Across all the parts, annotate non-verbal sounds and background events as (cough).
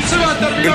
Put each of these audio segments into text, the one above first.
El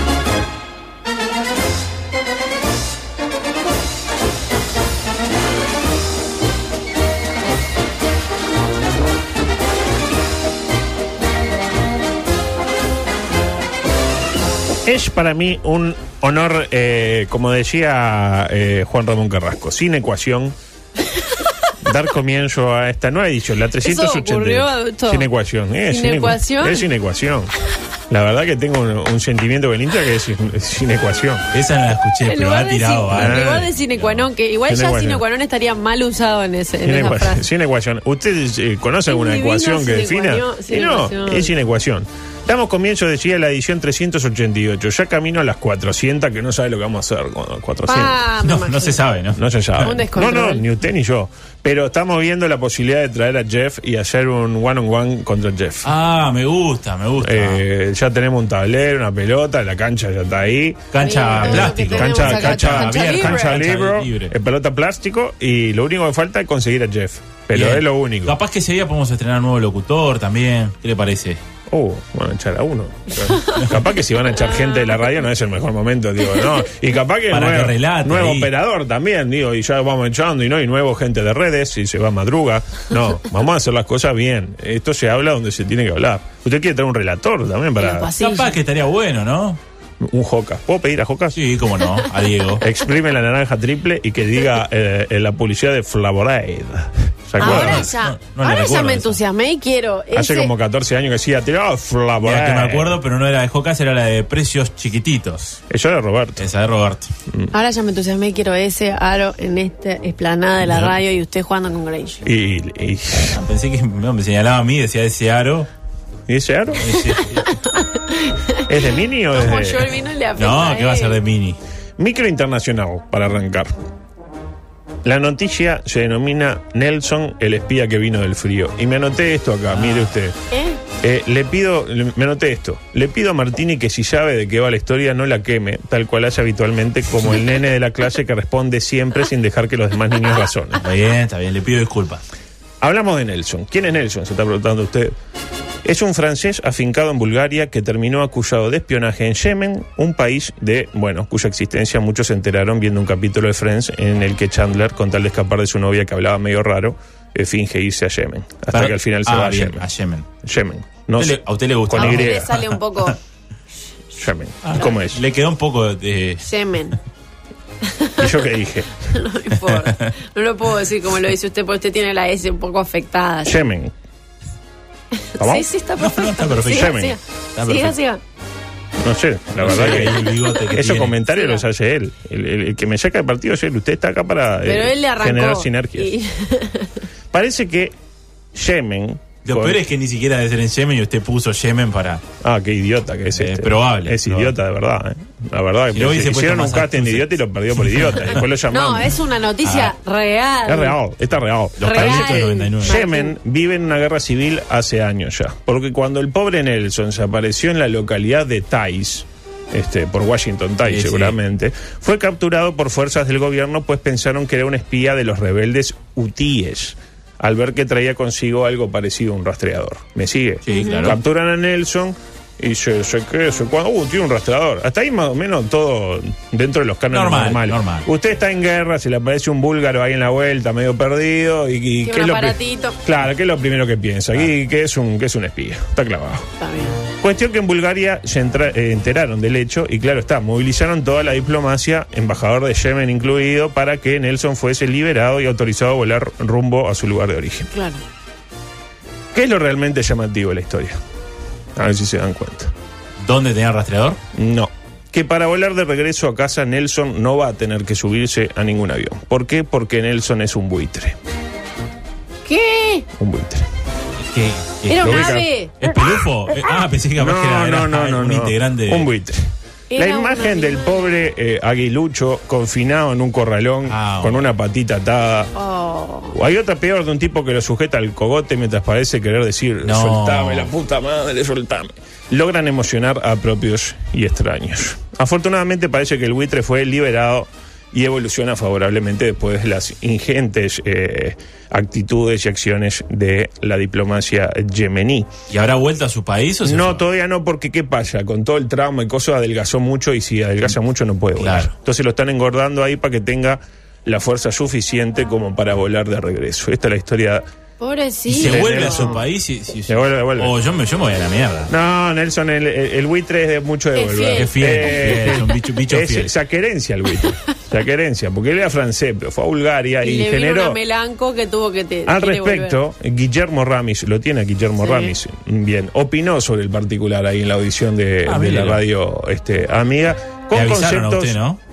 Es para mí un honor, eh, como decía eh, Juan Ramón Carrasco, sin (laughs) ecuación, dar comienzo a esta nueva edición, la 380. ocurrió, adulto. Sin ecuación, eh, ¿Sin ecu- ecuación? Es sin ecuación. La verdad que tengo un, un sentimiento con el hincha que es sin, es sin ecuación. Esa no la escuché, En pero ha lugar, de, tirado. sin- ah. en lugar de sine qua non, que igual Sin ya ecuación. sine qua non estaría mal usado en, ese, en Sin, esa ecua- frase. sin ecuación. ¿Usted eh, conoce Es alguna divino ecuación que sin defina? ecuación, sin Y no, ecuación. es sin ecuación. Damos comienzo, decía, a la edición 388. Ya camino a las 400, que no sabe lo que vamos a hacer con las 400. Pa, Ah, me No, imagino. no se sabe, ¿no? No se sabe. Un No, descontrol. no, ni usted ni yo. Pero estamos viendo la posibilidad de traer a Jeff y hacer un one-on-one contra Jeff. Ah, me gusta, me gusta. Eh, ya tenemos un tablero, una pelota, la cancha ya está ahí. Eh, cancha Mira, lo plástico. que tenemos Cancha, acá, cancha, cancha abierta, libre. cancha Cancha libre, libre. eh, pelota plástico y lo único que falta es conseguir a Jeff. Pero Bien. es lo único. Capaz que ese día podemos estrenar un nuevo locutor también. ¿Qué le parece? Uh, van a echar a (laughs) uno. capaz que si van a echar gente de la radio no es el mejor momento, digo, no. Y capaz que Para que nuevo, relate nuevo ahí. operador también, digo, y ya vamos echando y no, y nuevo gente de redes y se va a madruga. (laughs) No, vamos a hacer las cosas bien. Esto se habla donde se tiene que hablar. Usted quiere traer un relator también En para los pasillos. Capaz que estaría bueno, ¿no? un Jocas. ¿Puedo pedir a Jocas? Sí, cómo no, (laughs) a Diego. Exprime la naranja triple y que (laughs) diga eh, eh, la publicidad de Flavorade. ¿Se acuerdan? Ahora No, ya, no, no le ahora ya recuerdo me eso. entusiasmé y quiero. Hace ese- como 14 años que decía, tiraba Flavorade. Mira, que me acuerdo, pero no era de Jocas, era la de Precios Chiquititos. Eso era Roberto. Esa de Roberto. Ahora ya me entusiasmé y quiero ese aro en esta esplanada de la radio y usted jugando con Eh, Grey. Y, y, Pensé que no, me señalaba a mí, decía ese (laughs) aro. ¿Y ese aro? Ese- ¿Es de mini o es Como de- yo el vino le afecta No, que va a él. ser de Mini. Micro internacional, para arrancar. La noticia se denomina Nelson, el espía que vino del frío. Y me anoté esto Ah. acá, mire usted. ¿Eh? Eh, le pido, le- me anoté esto. Le pido a Martini que si sabe de qué va la historia no la queme, tal cual hace habitualmente como el nene de la clase que responde siempre sin dejar que los demás niños razonen. Está bien, está bien, le pido disculpas. Hablamos de Nelson. ¿Quién es Nelson? Se está preguntando usted. Es un francés afincado en Bulgaria que terminó acusado de espionaje en Yemen, un país de, bueno, cuya existencia muchos se enteraron viendo un capítulo de Friends en el que Chandler, con tal de escapar de su novia que hablaba medio raro, eh, finge irse a Yemen. Hasta Pero- que al final se Ah, va bien, a Yemen. a Yemen. Yemen. No ¿Usted sé, le- ¿A usted le gusta? Con Y. A usted le sale un (laughs) poco Yemen. ¿Cómo es? Ah, Le quedó un poco de. semen. (laughs) ¿Y yo qué dije? No me importa. No lo puedo decir como lo dice usted, porque usted tiene la S un poco afectada. Yemen. ¿Cómo? (laughs) Sí, sí, está no, perfecto. está perfecto. Siga, Yemen. siga. Siga, Está perfecto. Eh, siga. No sé, la verdad Sí, el que... bigote que Esos tiene. comentarios los hace él. El, el- el que me saca de partido es él. Usted está acá para eh, Pero él le arrancó. generar sinergias. Y- Parece que Yemen. Lo con- peor es que ni siquiera de ser en Yemen y usted puso Yemen para. Ah, qué idiota que es Eh, este. probable, Es probable. idiota, de verdad. eh. La verdad, que lo pues, hubiese puesto hicieron un más casting de idiota y lo perdió por (laughs) idiota. y después lo llamaron. No, es una noticia real. Ah, Es real, está real. Los Real. caballitos del 99. Yemen vive en una guerra civil hace años ya, porque cuando el pobre Nelson se apareció en la localidad de Tais, este, por Washington Tais Sí, sí. seguramente, fue capturado por fuerzas del gobierno, pues pensaron que era un espía de los rebeldes hutíes. Al ver que traía consigo algo parecido a un rastreador. ¿Me sigue? Sí, claro. Capturan a Nelson y se, se qué, se cuándo. Uh, tiene un rastreador. Hasta ahí más o menos todo dentro de los cánones Normal, normales. normal. Usted está en guerra, se le aparece un búlgaro ahí en la vuelta, medio perdido, y, y ¿qué Tiene un es lo pri- aparatito. claro, ¿qué es lo primero que piensa? Aquí, que es un, que es un espía, está clavado. Está bien. Cuestión que en Bulgaria se entra- eh, enteraron del hecho y claro está, movilizaron toda la diplomacia, embajador de Yemen incluido, para que Nelson fuese liberado y autorizado a volar rumbo a su lugar de origen. Claro. ¿Qué es lo realmente llamativo de la historia? A ver si se dan cuenta. ¿Dónde tenía el rastreador? No. Que para volar de regreso a casa Nelson no va a tener que subirse a ningún avión. ¿Por qué? Porque Nelson es un buitre. ¿Qué? Un buitre. ¿Qué? qué- Era un ubica. ave. ¿Es pelufo? Eh, Ah, pensé que capaz que era, era- ah, un integrante. de- Un buitre. La Era un imagen animal. del pobre eh, aguilucho confinado en un corralón Ah, con bueno. una patita atada. Oh. O Hay otra peor de un tipo que lo sujeta al cogote mientras parece querer decir, No. soltame la puta madre, soltame. Logran emocionar a propios y extraños. Afortunadamente parece que el buitre fue liberado y evoluciona favorablemente después de las ingentes eh, actitudes y acciones de la diplomacia yemení. ¿Y habrá vuelto a su país o se No, fue? todavía no, porque ¿qué pasa? Con todo el trauma y cosas adelgazó mucho y si adelgaza mucho no puede volar. Claro. Entonces lo están engordando ahí para que tenga la fuerza suficiente como para volar de regreso. Esta es la historia. ¿Y Pobrecito. se Sí, vuelve a no. su país? Y, si- Se vuelve, vuelve. O yo me, yo me voy a la mierda. No, Nelson, el, el- el buitre es de mucho de Es volver. Eh, fiel. Qué fiel, qué fiel, es un bicho- bicho es fiel. saquerencia el buitre. Saquerencia, porque él era francés, pero fue a Bulgaria y, Y le vino generó. una melanco que tuvo que te. Al quiere respecto, Guillermo Ramis, lo tiene Guillermo Sí. Ramis, bien, opinó sobre el particular ahí en la audición de, Ah, de la míralo. radio este, amiga. Le Con avisaron conceptos. a usted, ¿no?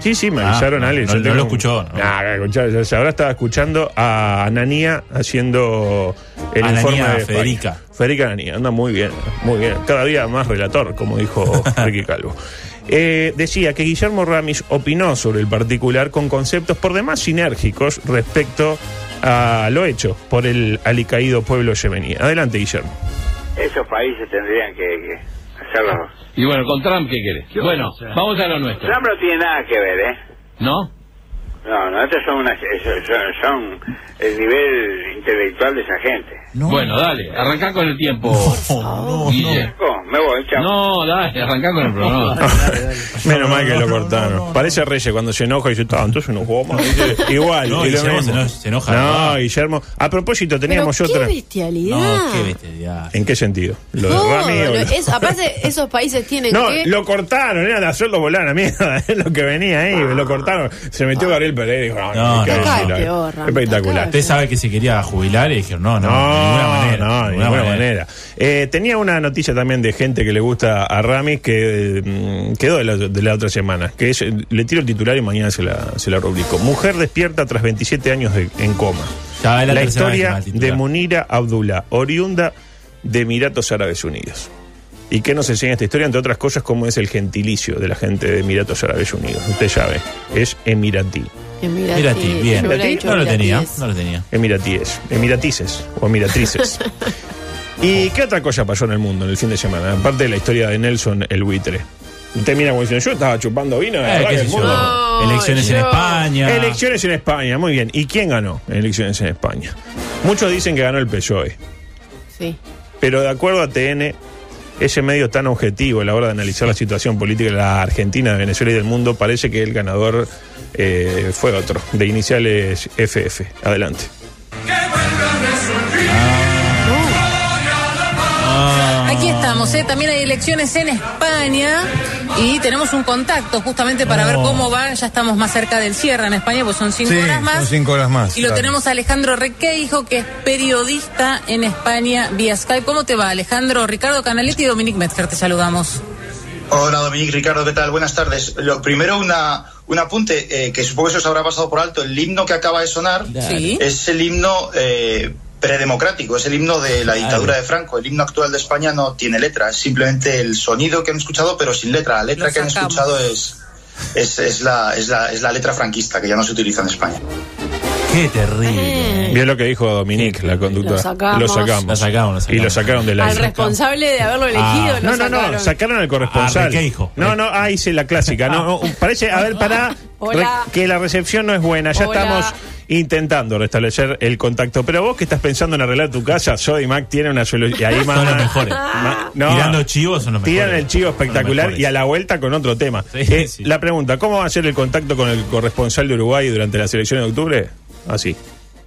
Sí, sí, me Ah, avisaron, no, Ale. no- yo no tengo lo un- escuchó, ¿no? Nah, que escuchá, ya sé, ahora estaba escuchando a Ananía haciendo el Ananía informe de España. Federica. Federica Ananía, anda muy bien, muy bien. Cada día más relator, como (laughs) dijo Ricky Calvo. Eh, decía que Guillermo Ramis opinó sobre el particular con conceptos por demás sinérgicos respecto a lo hecho por el alicaído pueblo yemení. Adelante, Guillermo. Esos países tendrían que, que hacerlo. Y bueno, con Trump, ¿qué querés? Bueno, vamos a lo nuestro. Trump no tiene nada que ver, ¿eh? ¿No? No, no, estos son, una, son, son- son el nivel intelectual de esa gente. Bueno, dale, arrancá con el tiempo. Oh, Guille. Oh, me voy, chao. No, dale, arrancá con el programa. (laughs) Menos mal que lo cortaron. Parece Reyes cuando se enoja y dice, "Ah, entonces no jugó más. Dice, (laughs) Igual. No, y lo Guillermo mismo. se eno- se enoja, No, ¿verdad? Guillermo. A propósito, Pero teníamos qué otra. bestialidad. No, qué bestialidad. ¿En qué sentido? ¿Lo de Todo, Rami o lo- lo- es- aparte, esos países tienen No, que. lo cortaron, era de hacerlo volar la mierda, (laughs) es lo que venía ahí, lo cortaron. Se metió Gabriel Pereira y dijo, no, Ah. No, no, qué no, decir, no. la- Peor, Rami, espectacular. acá. Usted sabe que se quería jubilar y dijeron, no, no, de ninguna No, manera. no, de ninguna manera. Eh, tenía una noticia también de gente que le gusta a Ramis que eh, mm, quedó de la, de la otra semana. Que es, eh, le tiro el titular y mañana se la, se la rubrico. Mujer despierta tras 27 años de- en coma. Ya es la la tercera vez que me historia da el titular. de Munira Abdullah, oriunda de Emiratos Árabes Unidos. ¿Y qué nos enseña esta historia? Entre otras cosas, cómo es el gentilicio de la gente de Emiratos Árabes Unidos. Usted sabe, es emiratí. Mira, Mira a sí, ti, bien. yo hubiera dicho No lo mira tenía, ti es- no lo tenía. Emiratíes, emiratices o emiratrices. ¿Y qué otra cosa pasó en el mundo en el fin de semana? Aparte de la historia de Nelson el buitre. Usted mira como diciendo, yo estaba chupando vino. la Eh, verdad qué que sé el yo. mundo- No, Elecciones en yo- España. Elecciones en España, muy bien. ¿Y quién ganó elecciones en España? Muchos dicen que ganó el PSOE, Sí. E, pero de acuerdo a TN, ese medio tan objetivo a la hora de analizar la situación política de la Argentina, de Venezuela y del mundo, parece que el ganador eh, fue otro, de iniciales FF. Adelante. (laughs) Aquí estamos, ¿eh? también hay elecciones en España y tenemos un contacto justamente para ver cómo va. Ya estamos más cerca del cierre en España, pues son cinco Sí, horas más. son cinco horas más, Y lo claro. tenemos a Alejandro Requeijo, que es periodista en España vía Skype. ¿Cómo te va, Alejandro? Ricardo Canaletti y Dominic Metzger, te saludamos. Hola Dominique, Ricardo, ¿qué tal? Buenas tardes. Lo primero, una, un apunte eh, que supongo que se os habrá pasado por alto. El himno que acaba de sonar Sí. es el himno eh, predemocrático, es el himno de la dictadura de Franco. El himno actual de España no tiene letra, es simplemente el sonido que han escuchado, pero sin letra. La letra Lo que han sacamos. escuchado es, es, es la, es, la, es la letra franquista, que ya no se utiliza en España. Qué terrible. Bien lo que dijo Dominique, la conducta. Lo sacamos. Lo sacamos. La sacamos, la sacamos. Y lo sacaron de la Al responsable de haberlo elegido. Ah, lo No, no, no, sacaron. sacaron al corresponsal. Ah, Requeijo. No, no, ah, hice la clásica. (laughs) No, no, parece, a ver, para Hola. que la recepción no es buena. Ya Hola. estamos intentando restablecer el contacto. Pero vos que estás pensando en arreglar tu casa, Sody Mac tiene una solución. Y ahí Son los mandan- mejores. Ma- no. Tirando chivos son los mejores. Tiran el chivo Son los espectacular mejores. y a la vuelta con otro tema. eh. Sí, Eh, sí. La pregunta, ¿cómo va a ser el contacto con el corresponsal de Uruguay durante la selección de octubre? Así.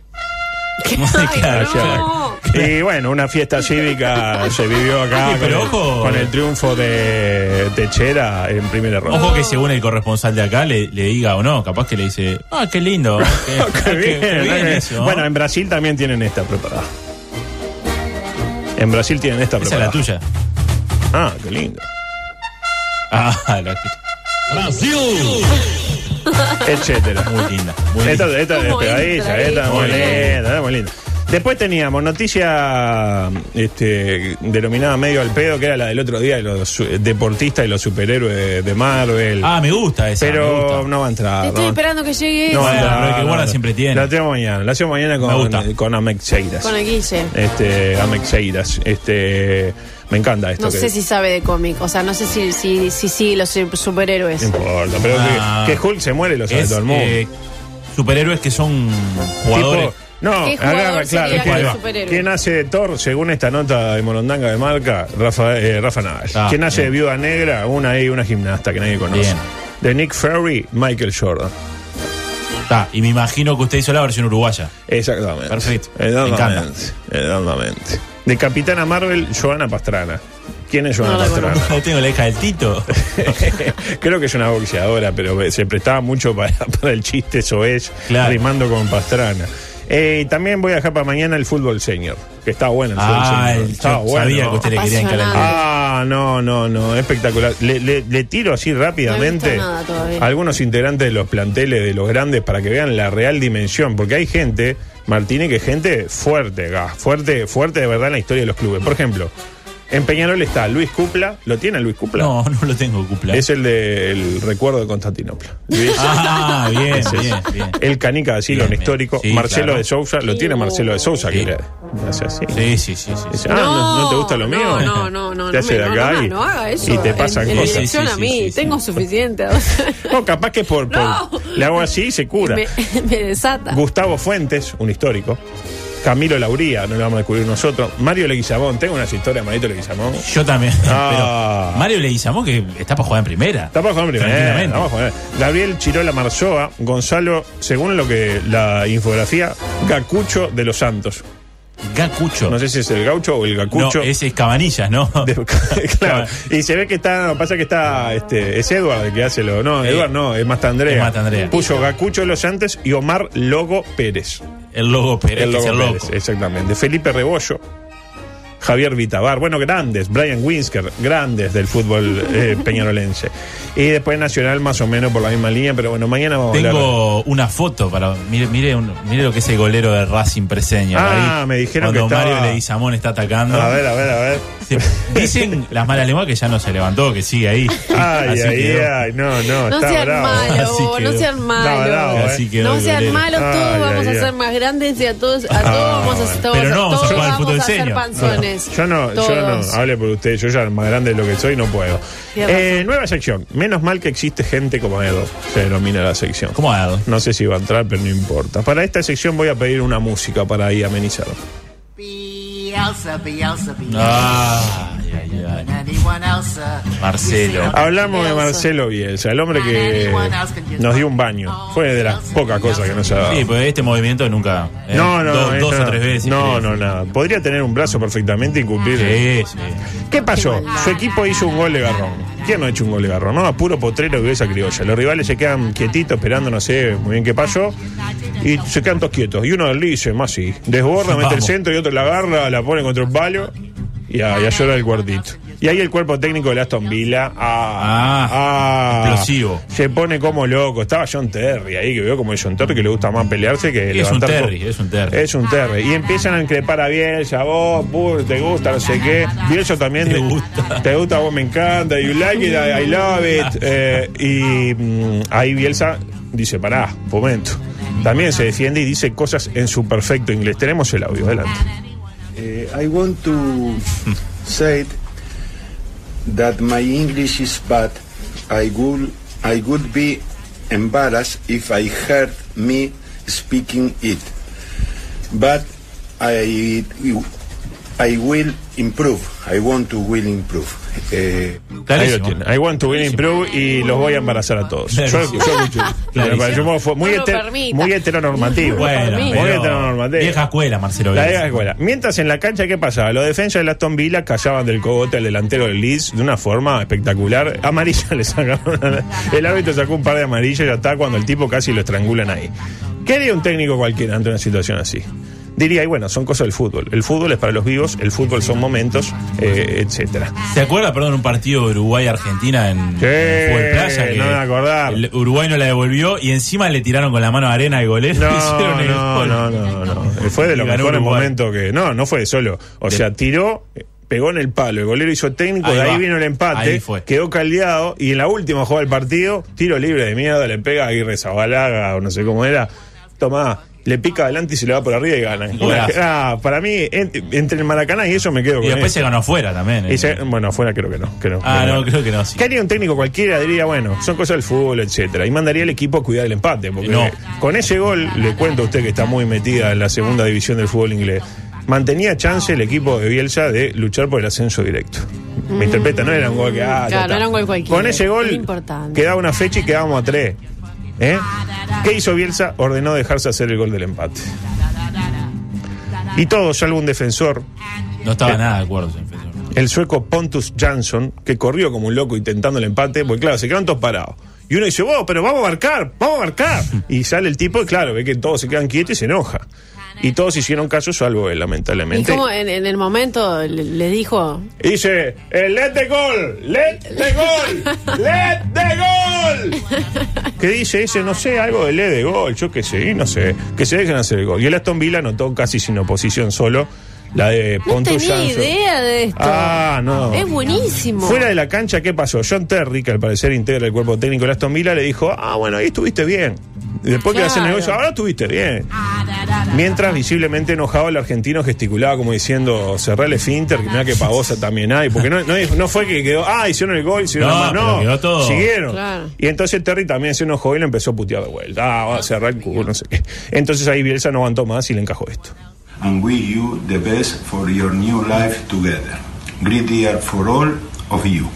(laughs) (laughs) Ay, Claro, no. Y bueno, una fiesta cívica se vivió acá Oye, pero con, el, ojo. con el triunfo de Techera en primera ronda. Ojo que según el corresponsal de acá le, le diga o no, capaz que le dice, ah, (laughs) qué lindo. qué- (laughs) Qué qué- bien, qué bien ¿eh? eso, ¿no? Bueno, en Brasil también tienen esta preparada. En Brasil tienen esta esa es preparada. la tuya. Ah, qué lindo. Ah, la tuya. Etcétera. Muy linda. Muy linda. Esta, esta es ¿Cómo pegadiza, entra ahí? esta es muy Muy bien. linda, esta es muy linda. Después teníamos noticia este, denominada medio al pedo, que era la del otro día de los su- deportistas y los superhéroes de Marvel. Ah, me gusta esa. me pero gusta. no va a entrar. Te estoy no va- esperando que llegue No eh. va a Bueno, entrar. pero el que no, guarda no. siempre tiene. La tenemos mañana. La hacemos mañana Me gusta. con, con Amek Seiras. con el Guille. Este, Amek Seiras. Este, me encanta esto. No que- sé si sabe de cómic, o sea, no sé si si, si, sigue los su- No superhéroes. importa, pero Ah. que, que Hulk se muere lo sabe Es, todo el mundo. eh, superhéroes que son jugadores. Tipo, no, ¿Qué jugador agarra, sería claro. que ¿quién- es superhéroe? ¿Quién hace de Thor, según esta nota de Morondanga de marca? Rafa, eh, Rafa Nadal. Ah, ¿Quién hace de bien. Viuda Negra? Una ahí, una gimnasta que nadie conoce. Bien. De Nick Fury, Michael Jordan. Está, y me imagino que usted hizo la versión uruguaya. Exactamente. Perfecto. Me Exactamente. Exactamente. De Capitana Marvel, Joana Pastrana. ¿Quién es Joana No la Pastrana? No, (laughs) tengo la hija del Tito. (laughs) Creo que es una boxeadora, pero eh, se prestaba mucho para, (laughs) para el chiste, eso es, Claro. rimando con Pastrana. Eh, y también voy a dejar para mañana el fútbol senior, que está bueno el fútbol ah, senior. el, Está yo sabía que usted le quería Apasionado. encalentar. Ah, no, no, no, espectacular. Le, le- le tiro así rápidamente No he visto nada todavía. a algunos integrantes de los planteles de los grandes para que vean la real dimensión, porque hay gente, Martínez, que es gente fuerte, acá, fuerte, fuerte de verdad en la historia de los clubes. Por ejemplo, en Peñarol está Luis Cupla, ¿lo tiene Luis Cupla? No, no lo tengo, cupla. Es el del recuerdo de Constantinopla. Ah, (laughs) bien, Ese es. bien, bien. El Canica de Silón Bien, bien. histórico. Sí, Marcelo claro. de Sousa, lo tiene Marcelo de Sousa, Sí. que era- hace así. (laughs) Sí, sí, sí, sí. sí. Dice, ah, no, ¿no te gusta lo no, mío? No, no, no. Te hace me- de no, acá no, y, no haga eso. eh. y te pasan en, en cosas. elección Sí, a sí, mí, sí, sí, tengo sí. (laughs) suficiente. o sea, No, capaz que es por, por- No. Le hago así y se cura. me, me desata. Gustavo Fuentes, un histórico. Camilo Lauría, no lo vamos a descubrir nosotros. Mario Leguizamón, tengo unas historias, Marito Leguizamón. Yo también. (laughs) Ah. Pero Mario Leguizamón que está para jugar en primera. Está para jugar en primera, eh, Tranquilamente. está para jugar en primera. Gabriel Chirola Marzoa, Gonzalo, según lo que la infografía, Gacucho de los Santos. Gacucho. No sé si es el gaucho o el gacucho. No, ese es Cabanillas, ¿no? De- (laughs) claro. Y se ve que está, no, pasa que está, este, es Edward el que hace lo. No, Sí. Edward no, es Mastandrea. Es Mastandrea. Puso Gacucho Los Antes y Omar Logo Pérez. (laughs) El logo Pérez, que es el Pérez, loco. exactamente. Felipe Rebollo. Javier Vitabar, bueno, grandes, Brian Winsker, grandes del fútbol eh, peñarolense. Y después Nacional, más o menos por la misma línea, pero bueno, mañana vamos a hablar. Tengo una foto para. Mire, mire, un- mire lo que es el golero de Racing Preseño. Ah, me dijeron cuando que estaba- Mario Leguizamón está atacando. A ver, a ver, a ver. Se- Dicen las malas lenguas que ya no se levantó, que sigue ahí. Ay, (laughs) Así ay, quedó. ay, no, no, No está sean bravo. (laughs) malos, Así no quedó. sean Está bravo, malos. eh. Así quedó No el sean golero. malos, todos Ay, vamos ay, Ah, a ay. ser más grandes y a todos, a todos vamos a ser todos, Pero no vamos a todos jugar al fútbol vamos a ser senior. panzones. Yo no, Ah, yo Todos. no, hable por usted, yo ya más grande de lo que soy no puedo. Tiene Eh, nueva sección, menos mal que existe gente como Edo, se denomina la sección. ¿Cómo ha dado? No sé si va a entrar, pero no importa. Para esta sección voy a pedir una música para ahí amenizar. Bielsa, Bielsa, Bielsa. Ay, ay, ay. And anyone else, uh, Ah. Marcelo. you see, Hablamos de Marcelo Bielsa, el hombre que nos dio un baño. Fue de las pocas cosas que nos ha dado. Sí, pues este movimiento nunca. eh, No, no, dos, eh, dos no. o tres veces. No, creo. no, nada. Podría tener un brazo perfectamente y cumplir. Ah, Sí, sí. ¿Qué pasó? Su equipo hizo un gol de garrón. ¿Quién no ha hecho un gol de garrón? No, a puro potrero que esa criolla. Los rivales se quedan quietitos esperando, no sé muy bien qué pasó. Y se quedan todos quietos. Y uno deslice, más así. Desborda, mete el Vamos. centro y otro la agarra, la pone contra un palo y a, y a llorar el cuartito. Y ahí el cuerpo técnico de Aston Villa. Ah, Ah, explosivo. Se pone como loco. Estaba John Terry ahí, que veo como es John Terry que le gusta más pelearse que Es un levantar co- Terry, es un Terry. es un terre. Y empiezan a increpar a Bielsa, vos, pur, te gusta, no sé qué. Bielsa también Te gusta. Te gusta, vos me encanta. You like it, I, I love (laughs) it. Eh, y mm, ahí Bielsa dice, pará, momento. También se defiende y dice cosas en su perfecto inglés. Tenemos el audio, adelante. Eh, I want to say that my English is bad. I would I would be embarrassed if I heard me speaking it. But I I will improve. I want to will improve. Eh, Ahí lo Clarísimo. tienen. I want to win improve y los voy a embarazar a todos. Yo, yo Clarísimo. escuché. Clarísimo. Pero yo fue muy, No lo heter- permita. muy heteronormativo. Bueno, muy pero heteronormativo. vieja escuela, Marcelo. La Bielsa. vieja escuela. Mientras en la cancha, ¿qué pasaba? Los defensas del Aston Villa callaban del cogote al delantero del Leeds de una forma espectacular. Amarilla (laughs) le sacaron. una- El árbitro sacó un par de amarillas y ya está cuando el tipo casi lo estrangulan ahí. ¿Qué haría un técnico cualquiera ante una situación así? diría, y bueno, son cosas del fútbol. El fútbol es para los vivos, el fútbol son momentos, eh, etcétera. ¿Se acuerda, perdón, un partido Uruguay-Argentina en, Sí, en Fuel Playa? no me acordaba. El Uruguay no la devolvió y encima le tiraron con la mano arena al (laughs) golero. y hicieron el (laughs) No, gol. no, no, no, no. Fue de Y los ganó mejores Uruguay. momentos que. No, no fue solo. O De- sea, tiró, eh, pegó en el palo. El golero hizo técnico, Ahí de ahí va. vino el empate. Ahí fue. Quedó caldeado. Y en la última jugada del partido, tiro libre de mierda, le pega a Aguirre Zabalaga o no sé cómo era. Tomá. Le pica adelante y se le va por arriba y gana. Golazo. (laughs) Ah, para mí, en- entre el Maracaná y eso me quedo con Y después eso. se ganó afuera también. eh. Y se- bueno, afuera creo que no. que no, Ah, que no, creo que no. sí. ¿Qué haría un técnico cualquiera? Diría, bueno, son cosas del fútbol, etcétera. Y mandaría al equipo a cuidar el empate. Porque No. con ese gol, le cuento a usted que está muy metida en la segunda división del fútbol inglés. Mantenía chance el equipo de Bielsa de luchar por el ascenso directo. Me interpreta, no era un gol que. Ah, ya Mm. Claro, está. era un gol cualquiera. Con ese Era gol importante. quedaba una fecha y quedábamos a tres. ¿Eh? ¿Qué hizo Bielsa? Ordenó dejarse hacer el gol del empate. Y todos, salvo un defensor, No estaba nada de acuerdo. señor Fedor. el sueco Pontus Jansson, que corrió como un loco intentando el empate, porque claro, se quedaron todos parados. Y uno dice, wow, pero vamos a marcar, vamos a marcar. Y sale el tipo y claro, ve que todos se quedan quietos y se enoja. Y todos hicieron caso, salvo él, Y lamentablemente. como en, en el momento le, le dijo, Y dice, eh, let the goal, let the (laughs) goal, let the goal. ¿Qué dice? Dice, no sé, algo de let the goal, yo qué sé, no sé. Que se dejen hacer el gol. Y el Aston Villa anotó casi sin oposición solo, la de no Pontus tenía Jansson. idea de esto. Ah, no. Es buenísimo. Fuera de la cancha, ¿qué pasó? John Terry, que al parecer integra el cuerpo técnico de Aston Villa, le dijo, ah, bueno, ahí estuviste bien. Y Después que hace el Claro. Ah, negocio, ahora estuviste bien. Mientras, visiblemente enojado, el argentino gesticulaba como diciendo, cerrale Finter, que mirá que pavosa también hay. Porque no, no, dijo- no fue que quedó, ah, hicieron el gol, hicieron No, la mano". pero No, quedó todo. siguieron. Claro. Y entonces Terry también se enojó y le empezó a putear de vuelta. Ah, va a cerrar el culo, no sé qué. Entonces ahí Bielsa no aguantó más y le encajó esto. and wish you the best for your new life together. Great year for all of you.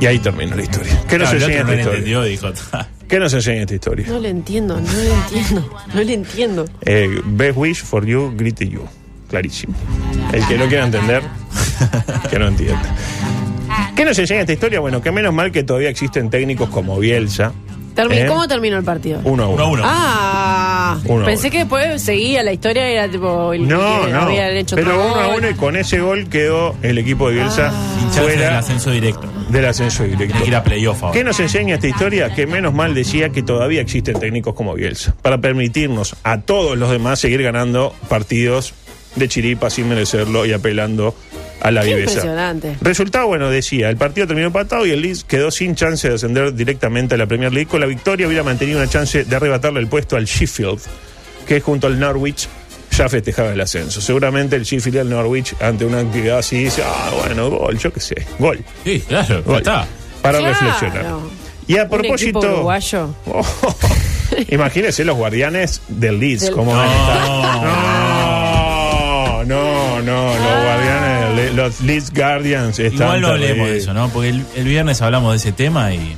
Y ahí terminó la historia. ¿Qué nos Claro, el enseña esta otro no lo historia? entendió, dijo. "Ah, "Ta". ¿Qué nos enseña esta historia? No le entiendo, no le entiendo, no le entiendo. Eh, best wish for you, greet you. Clarísimo. El que no quiera entender, que no entienda. ¿Qué nos enseña esta historia? Bueno, que menos mal que todavía existen técnicos como Bielsa. Termi- ¿Eh? ¿Cómo terminó el partido? Uno a uno. Uno a uno. Ah, Uno a pensé uno. que después seguía la historia era tipo el No, que no. habían hecho Pero otro uno a gol. Ah. uno y con ese gol quedó el equipo de Bielsa Sin chance del fuera ascenso directo. del ascenso directo. Tiene que ir a playoff ahora. ¿Qué nos enseña esta historia? Que menos mal decía que todavía existen técnicos como Bielsa, para permitirnos a todos los demás seguir ganando partidos de chiripa sin merecerlo y apelando a la Qué viveza. impresionante. Resultado, bueno, decía, el partido terminó empatado y el Leeds quedó sin chance de ascender directamente a la Premier League. Con la victoria hubiera mantenido una chance de arrebatarle el puesto al Sheffield, que junto al Norwich ya festejaba el ascenso. Seguramente el Sheffield y el Norwich, ante una actividad así, dice, ah, bueno, gol, yo qué sé, gol. Sí, claro, ya Gol. está. Para Claro. reflexionar. Y a Un equipo propósito. (laughs) uruguayo. Oh, imagínense los guardianes del Leeds. Del- ¿Cómo van a estar? No. No, no, no. Ah. Los guardianes, del Le- los Leeds Guardians están. Igual no hablemos de terribles. eso, ¿no? Porque el, el viernes hablamos de ese tema y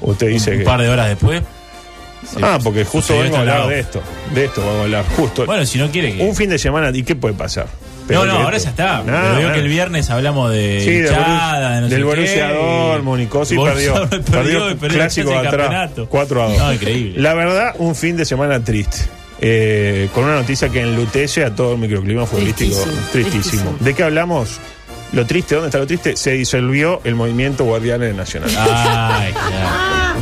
Usted dice un que. par de horas después. se- Ah, porque justo sucedió vengo a este hablar lado. de esto. De esto vamos a hablar. Justo. Bueno, si no quiere que. un fin de semana. ¿Y qué puede pasar? no, Peor no, que ahora esto. ya está. No, Pero veo no. que el viernes hablamos de. Sí, del hinchada, Borussia- de no sé del qué, Borussia y- Dortmund y Cosi Borussia perdió, Dortmund perdió y (laughs) perdió el clásico chance de de atrás, campeonato. 4 a 2. No, increíble. La verdad, un fin de semana triste. Eh, con una noticia que enlutece a todo el microclima futbolístico. Tristísimo, Tristísimo. tristísimo. ¿De qué hablamos? Lo triste, ¿dónde está lo triste? Se disolvió el movimiento Guardianes Nacional. Ay, claro.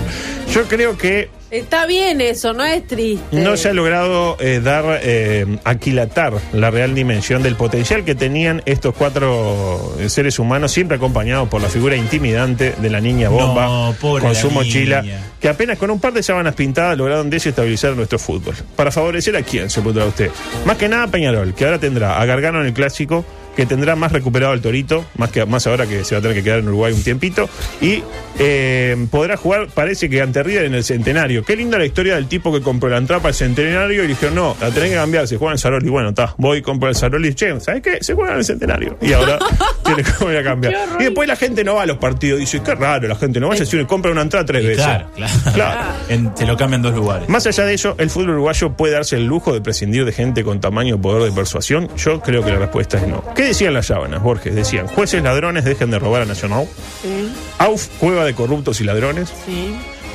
Yo creo que Está bien eso, no es triste. no se ha logrado eh, dar, eh, aquilatar la real dimensión del potencial que tenían estos cuatro eh, seres humanos, siempre acompañados por la figura intimidante de la niña bomba No, pobre con la su mochila, niña. que apenas con un par de sábanas pintadas lograron desestabilizar nuestro fútbol. ¿Para favorecer a quién, se pondrá usted? Más que nada a Peñarol, que ahora tendrá a Gargano en el clásico, que tendrá más recuperado al Torito, más, que, más ahora que se va a tener que quedar en Uruguay un tiempito, y eh, podrá jugar, parece que ante River en el Centenario. Qué linda la historia del tipo que compró la entrada para el Centenario y dijo, no, la tenés que cambiar, se juega en Saroli. Bueno, está, voy, compro el Saroli, che, ¿sabes qué? Se juega en el Centenario. Y ahora tiene que volver a cambiar. Qué horror. Y después la gente no va a los partidos, dice, qué raro, la gente no vaya si uno compra una entrada tres Y veces. Claro, claro. Claro. En- te lo cambian dos lugares. Más allá de eso, ¿el fútbol uruguayo puede darse el lujo de prescindir de gente con tamaño o poder de persuasión? Yo creo que la respuesta es no. ¿Qué decían las sábanas, Borges? Decían, jueces ladrones dejen de robar a Nacional. Sí, Auf, cueva de corruptos y ladrones. sí.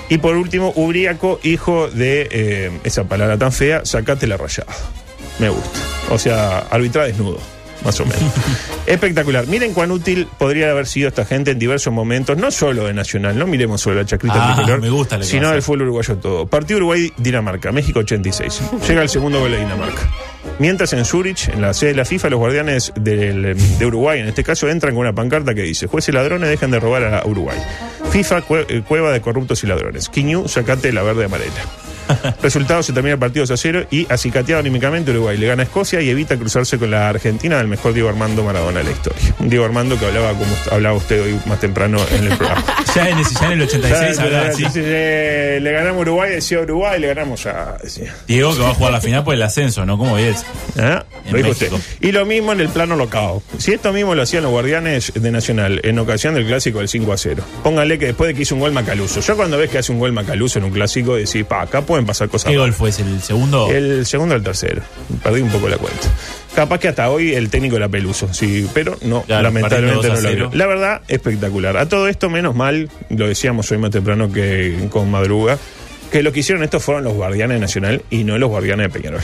Y por último, Ubriaco, hijo de eh, esa palabra tan fea, sacate la rayada. Me gusta. O sea, arbitra desnudo, más o (laughs) menos. Espectacular. Miren cuán útil podría haber sido esta gente en diversos momentos, no solo de Nacional, no miremos solo la chacrita Ah, tricolor, me gusta la que sino hace. del fútbol uruguayo todo. Partido Uruguay-Dinamarca, México 86. Llega el segundo gol de Dinamarca. Mientras en Zurich, en la sede de la FIFA, los guardianes del, de Uruguay, en este caso, entran con una pancarta que dice: Jueces y ladrones, dejen de robar a Uruguay. FIFA, cue- eh, cueva de corruptos y ladrones. Quiñú, sacate la verde amarela. Resultado: se termina el partido 2 a 0 y acicateado anímicamente Uruguay le gana a Escocia y evita cruzarse con la Argentina del mejor Diego Armando Maradona de la historia. Un Diego Armando que hablaba como us- hablaba usted hoy más temprano en el programa. Ya en, ese- ya en el 86 Ya, hablaba ya, así. sí, sí, eh, le ganamos a Uruguay, decía Uruguay, le ganamos a. decía. Diego que va a jugar la final por el ascenso, ¿no? ¿Cómo es? ¿Ah? En Lo dijo México. usted. Y lo mismo en el plano locao. Si esto mismo lo hacían los guardianes de Nacional en ocasión del clásico del 5 a 0, póngale que después de que hizo un gol Macaluso. Yo cuando ves que hace un gol Macaluso en un clásico, decís, pa, acá pueden pasar cosas. ¿Qué malas". gol fue ese? ¿El segundo? El segundo al tercero. Perdí un poco la cuenta. Capaz que hasta hoy el técnico era Peluso, sí, pero no, Claro, lamentablemente no partiendo dos a lo cero. vio. La verdad, espectacular. A todo esto, menos mal, lo decíamos hoy más temprano que con madruga, que lo que hicieron estos fueron los guardianes de Nacional y no los guardianes de Peñarol.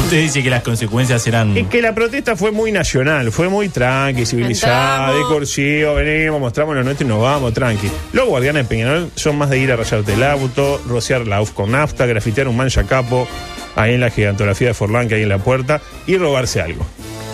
Usted dice que las consecuencias eran. Es que la protesta fue muy nacional, fue muy tranqui, civilizada, de Entramos. cursivo, venimos, mostramos lo nuestro y nos vamos, tranqui. Los guardianes de Peñarol son más de ir a rayarte el auto, rociar la UF con nafta, grafitear un mancha capo ahí en la gigantografía de Forlán que hay en la puerta y robarse algo.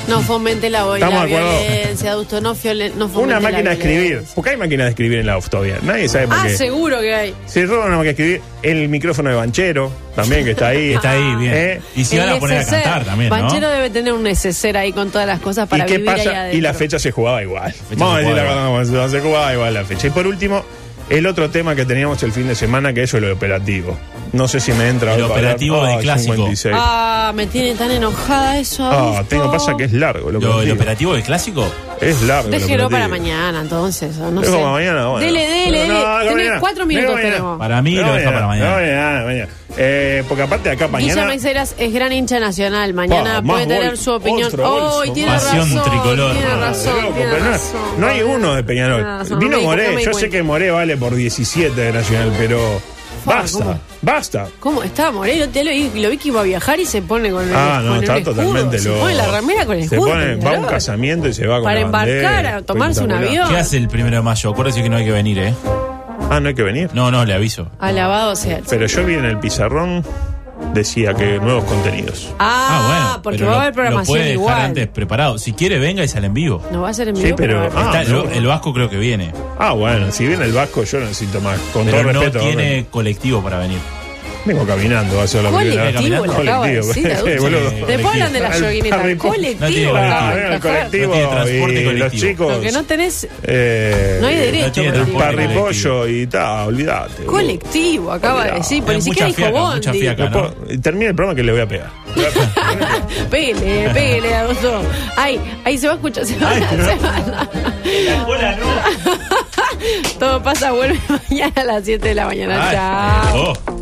No fomente la, la Estamos de acuerdo. violencia, adusto, no, fiolen- no fomente Una la máquina de escribir, violencia. porque hay máquinas de escribir en la UF todavía, nadie sabe por Ah, qué. seguro que hay. Se roban una máquina de escribir, el micrófono de banchero también que está ahí. (laughs) Está ahí, bien. ¿Eh? Y si El van a poner a neceser. cantar también, ¿no? Banchero debe tener un neceser ahí con todas las cosas para ¿Y qué vivir ahí pasa? adentro. Y la fecha se jugaba igual. fecha Vamos a se decir la jugaba verdad, vamos a decir, se jugaba igual la fecha. Y por último, el otro tema que teníamos el fin de semana, que eso es lo de operativo. No sé si me entra El hoy para operativo hablar. de Ah, clásico. 56. Ah, Ah, me tiene tan enojada eso. Augusto. tengo pasa que es largo. Lo que Lo- os ¿El digo. operativo del clásico? Es largo. el Déjelo para operativo. mañana, entonces. o No Es sé. como mañana, bueno. Dele, dele, dele. No, no, Tenés mañana. cuatro No, minutos mañana. tenemos. Para mí No, lo deja para No, mañana. mañana, mañana. Eh, porque aparte de acá Guillermo mañana. Iseras es gran hincha nacional. Mañana Pa, más puede tener gol, su opinión. otro gol, Hoy son tiene más. Pasión razón. tricolor. Tiene Ah, razón. loco, tiene pero no- razón. no hay uno de Peñarol. Tiene razón, no Vino me di- Moré. no me di Yo sé cuenta. que Moré vale por 17 de Nacional, pero. Fa, Basta, ¿cómo? basta. ¿Cómo está Moreno? Te lo, lo vi que iba a viajar y se pone con el Ah, no, con el está escudo. totalmente Se loco. pone la remera con el Se escudo. pone- va a un claro. casamiento y se va con Para la bandera. embarcar, a tomarse un Espectacular. avión. ¿Qué hace el primero de mayo? Acuérdese que no hay que venir, ¿eh? Ah, no hay que venir. No, no, le aviso. Alabado sea. el- Pero yo vi en el pizarrón, decía que nuevos contenidos. Ah, porque pero va a lo- haber Lo programación puede dejar igual. antes preparado. Si quiere, venga y sale en vivo. No va a ser en Sí, vivo. pero- va a haber- Ah, Está- no. yo- el Vasco creo que viene. Ah, bueno, si viene el Vasco, yo no necesito más. Con Pero todo no respeto. tiene colectivo para venir. Vengo caminando, va a ser la primera vez. Colectivo, le acaba de decir, Colectivo, (laughs) adulto. boludo. Después hablan de la Al- yoguineta. al- No tiene Colectivo. Ah, acaba colectivo. de venga, el encajar. colectivo. No tiene transporte y los colectivo. chicos. Lo que no tenés eh, No hay derecho, No tiene pero- transporte colectivo. Parripollo y tal, olvídate. boludo. colectivo, acaba de decir. Pero ni Es siquiera mucha dijo fiaca, mucha Bondi. No fiaca, ¿no? puedo- Termina el programa que le voy a pegar. (laughs) Pele, pele, agosto. Ay, ahí se va a escuchar, se va, se va. (laughs) Todo pasa, vuelve (laughs) mañana a las 7 de la mañana. Ay. Chao. Oh.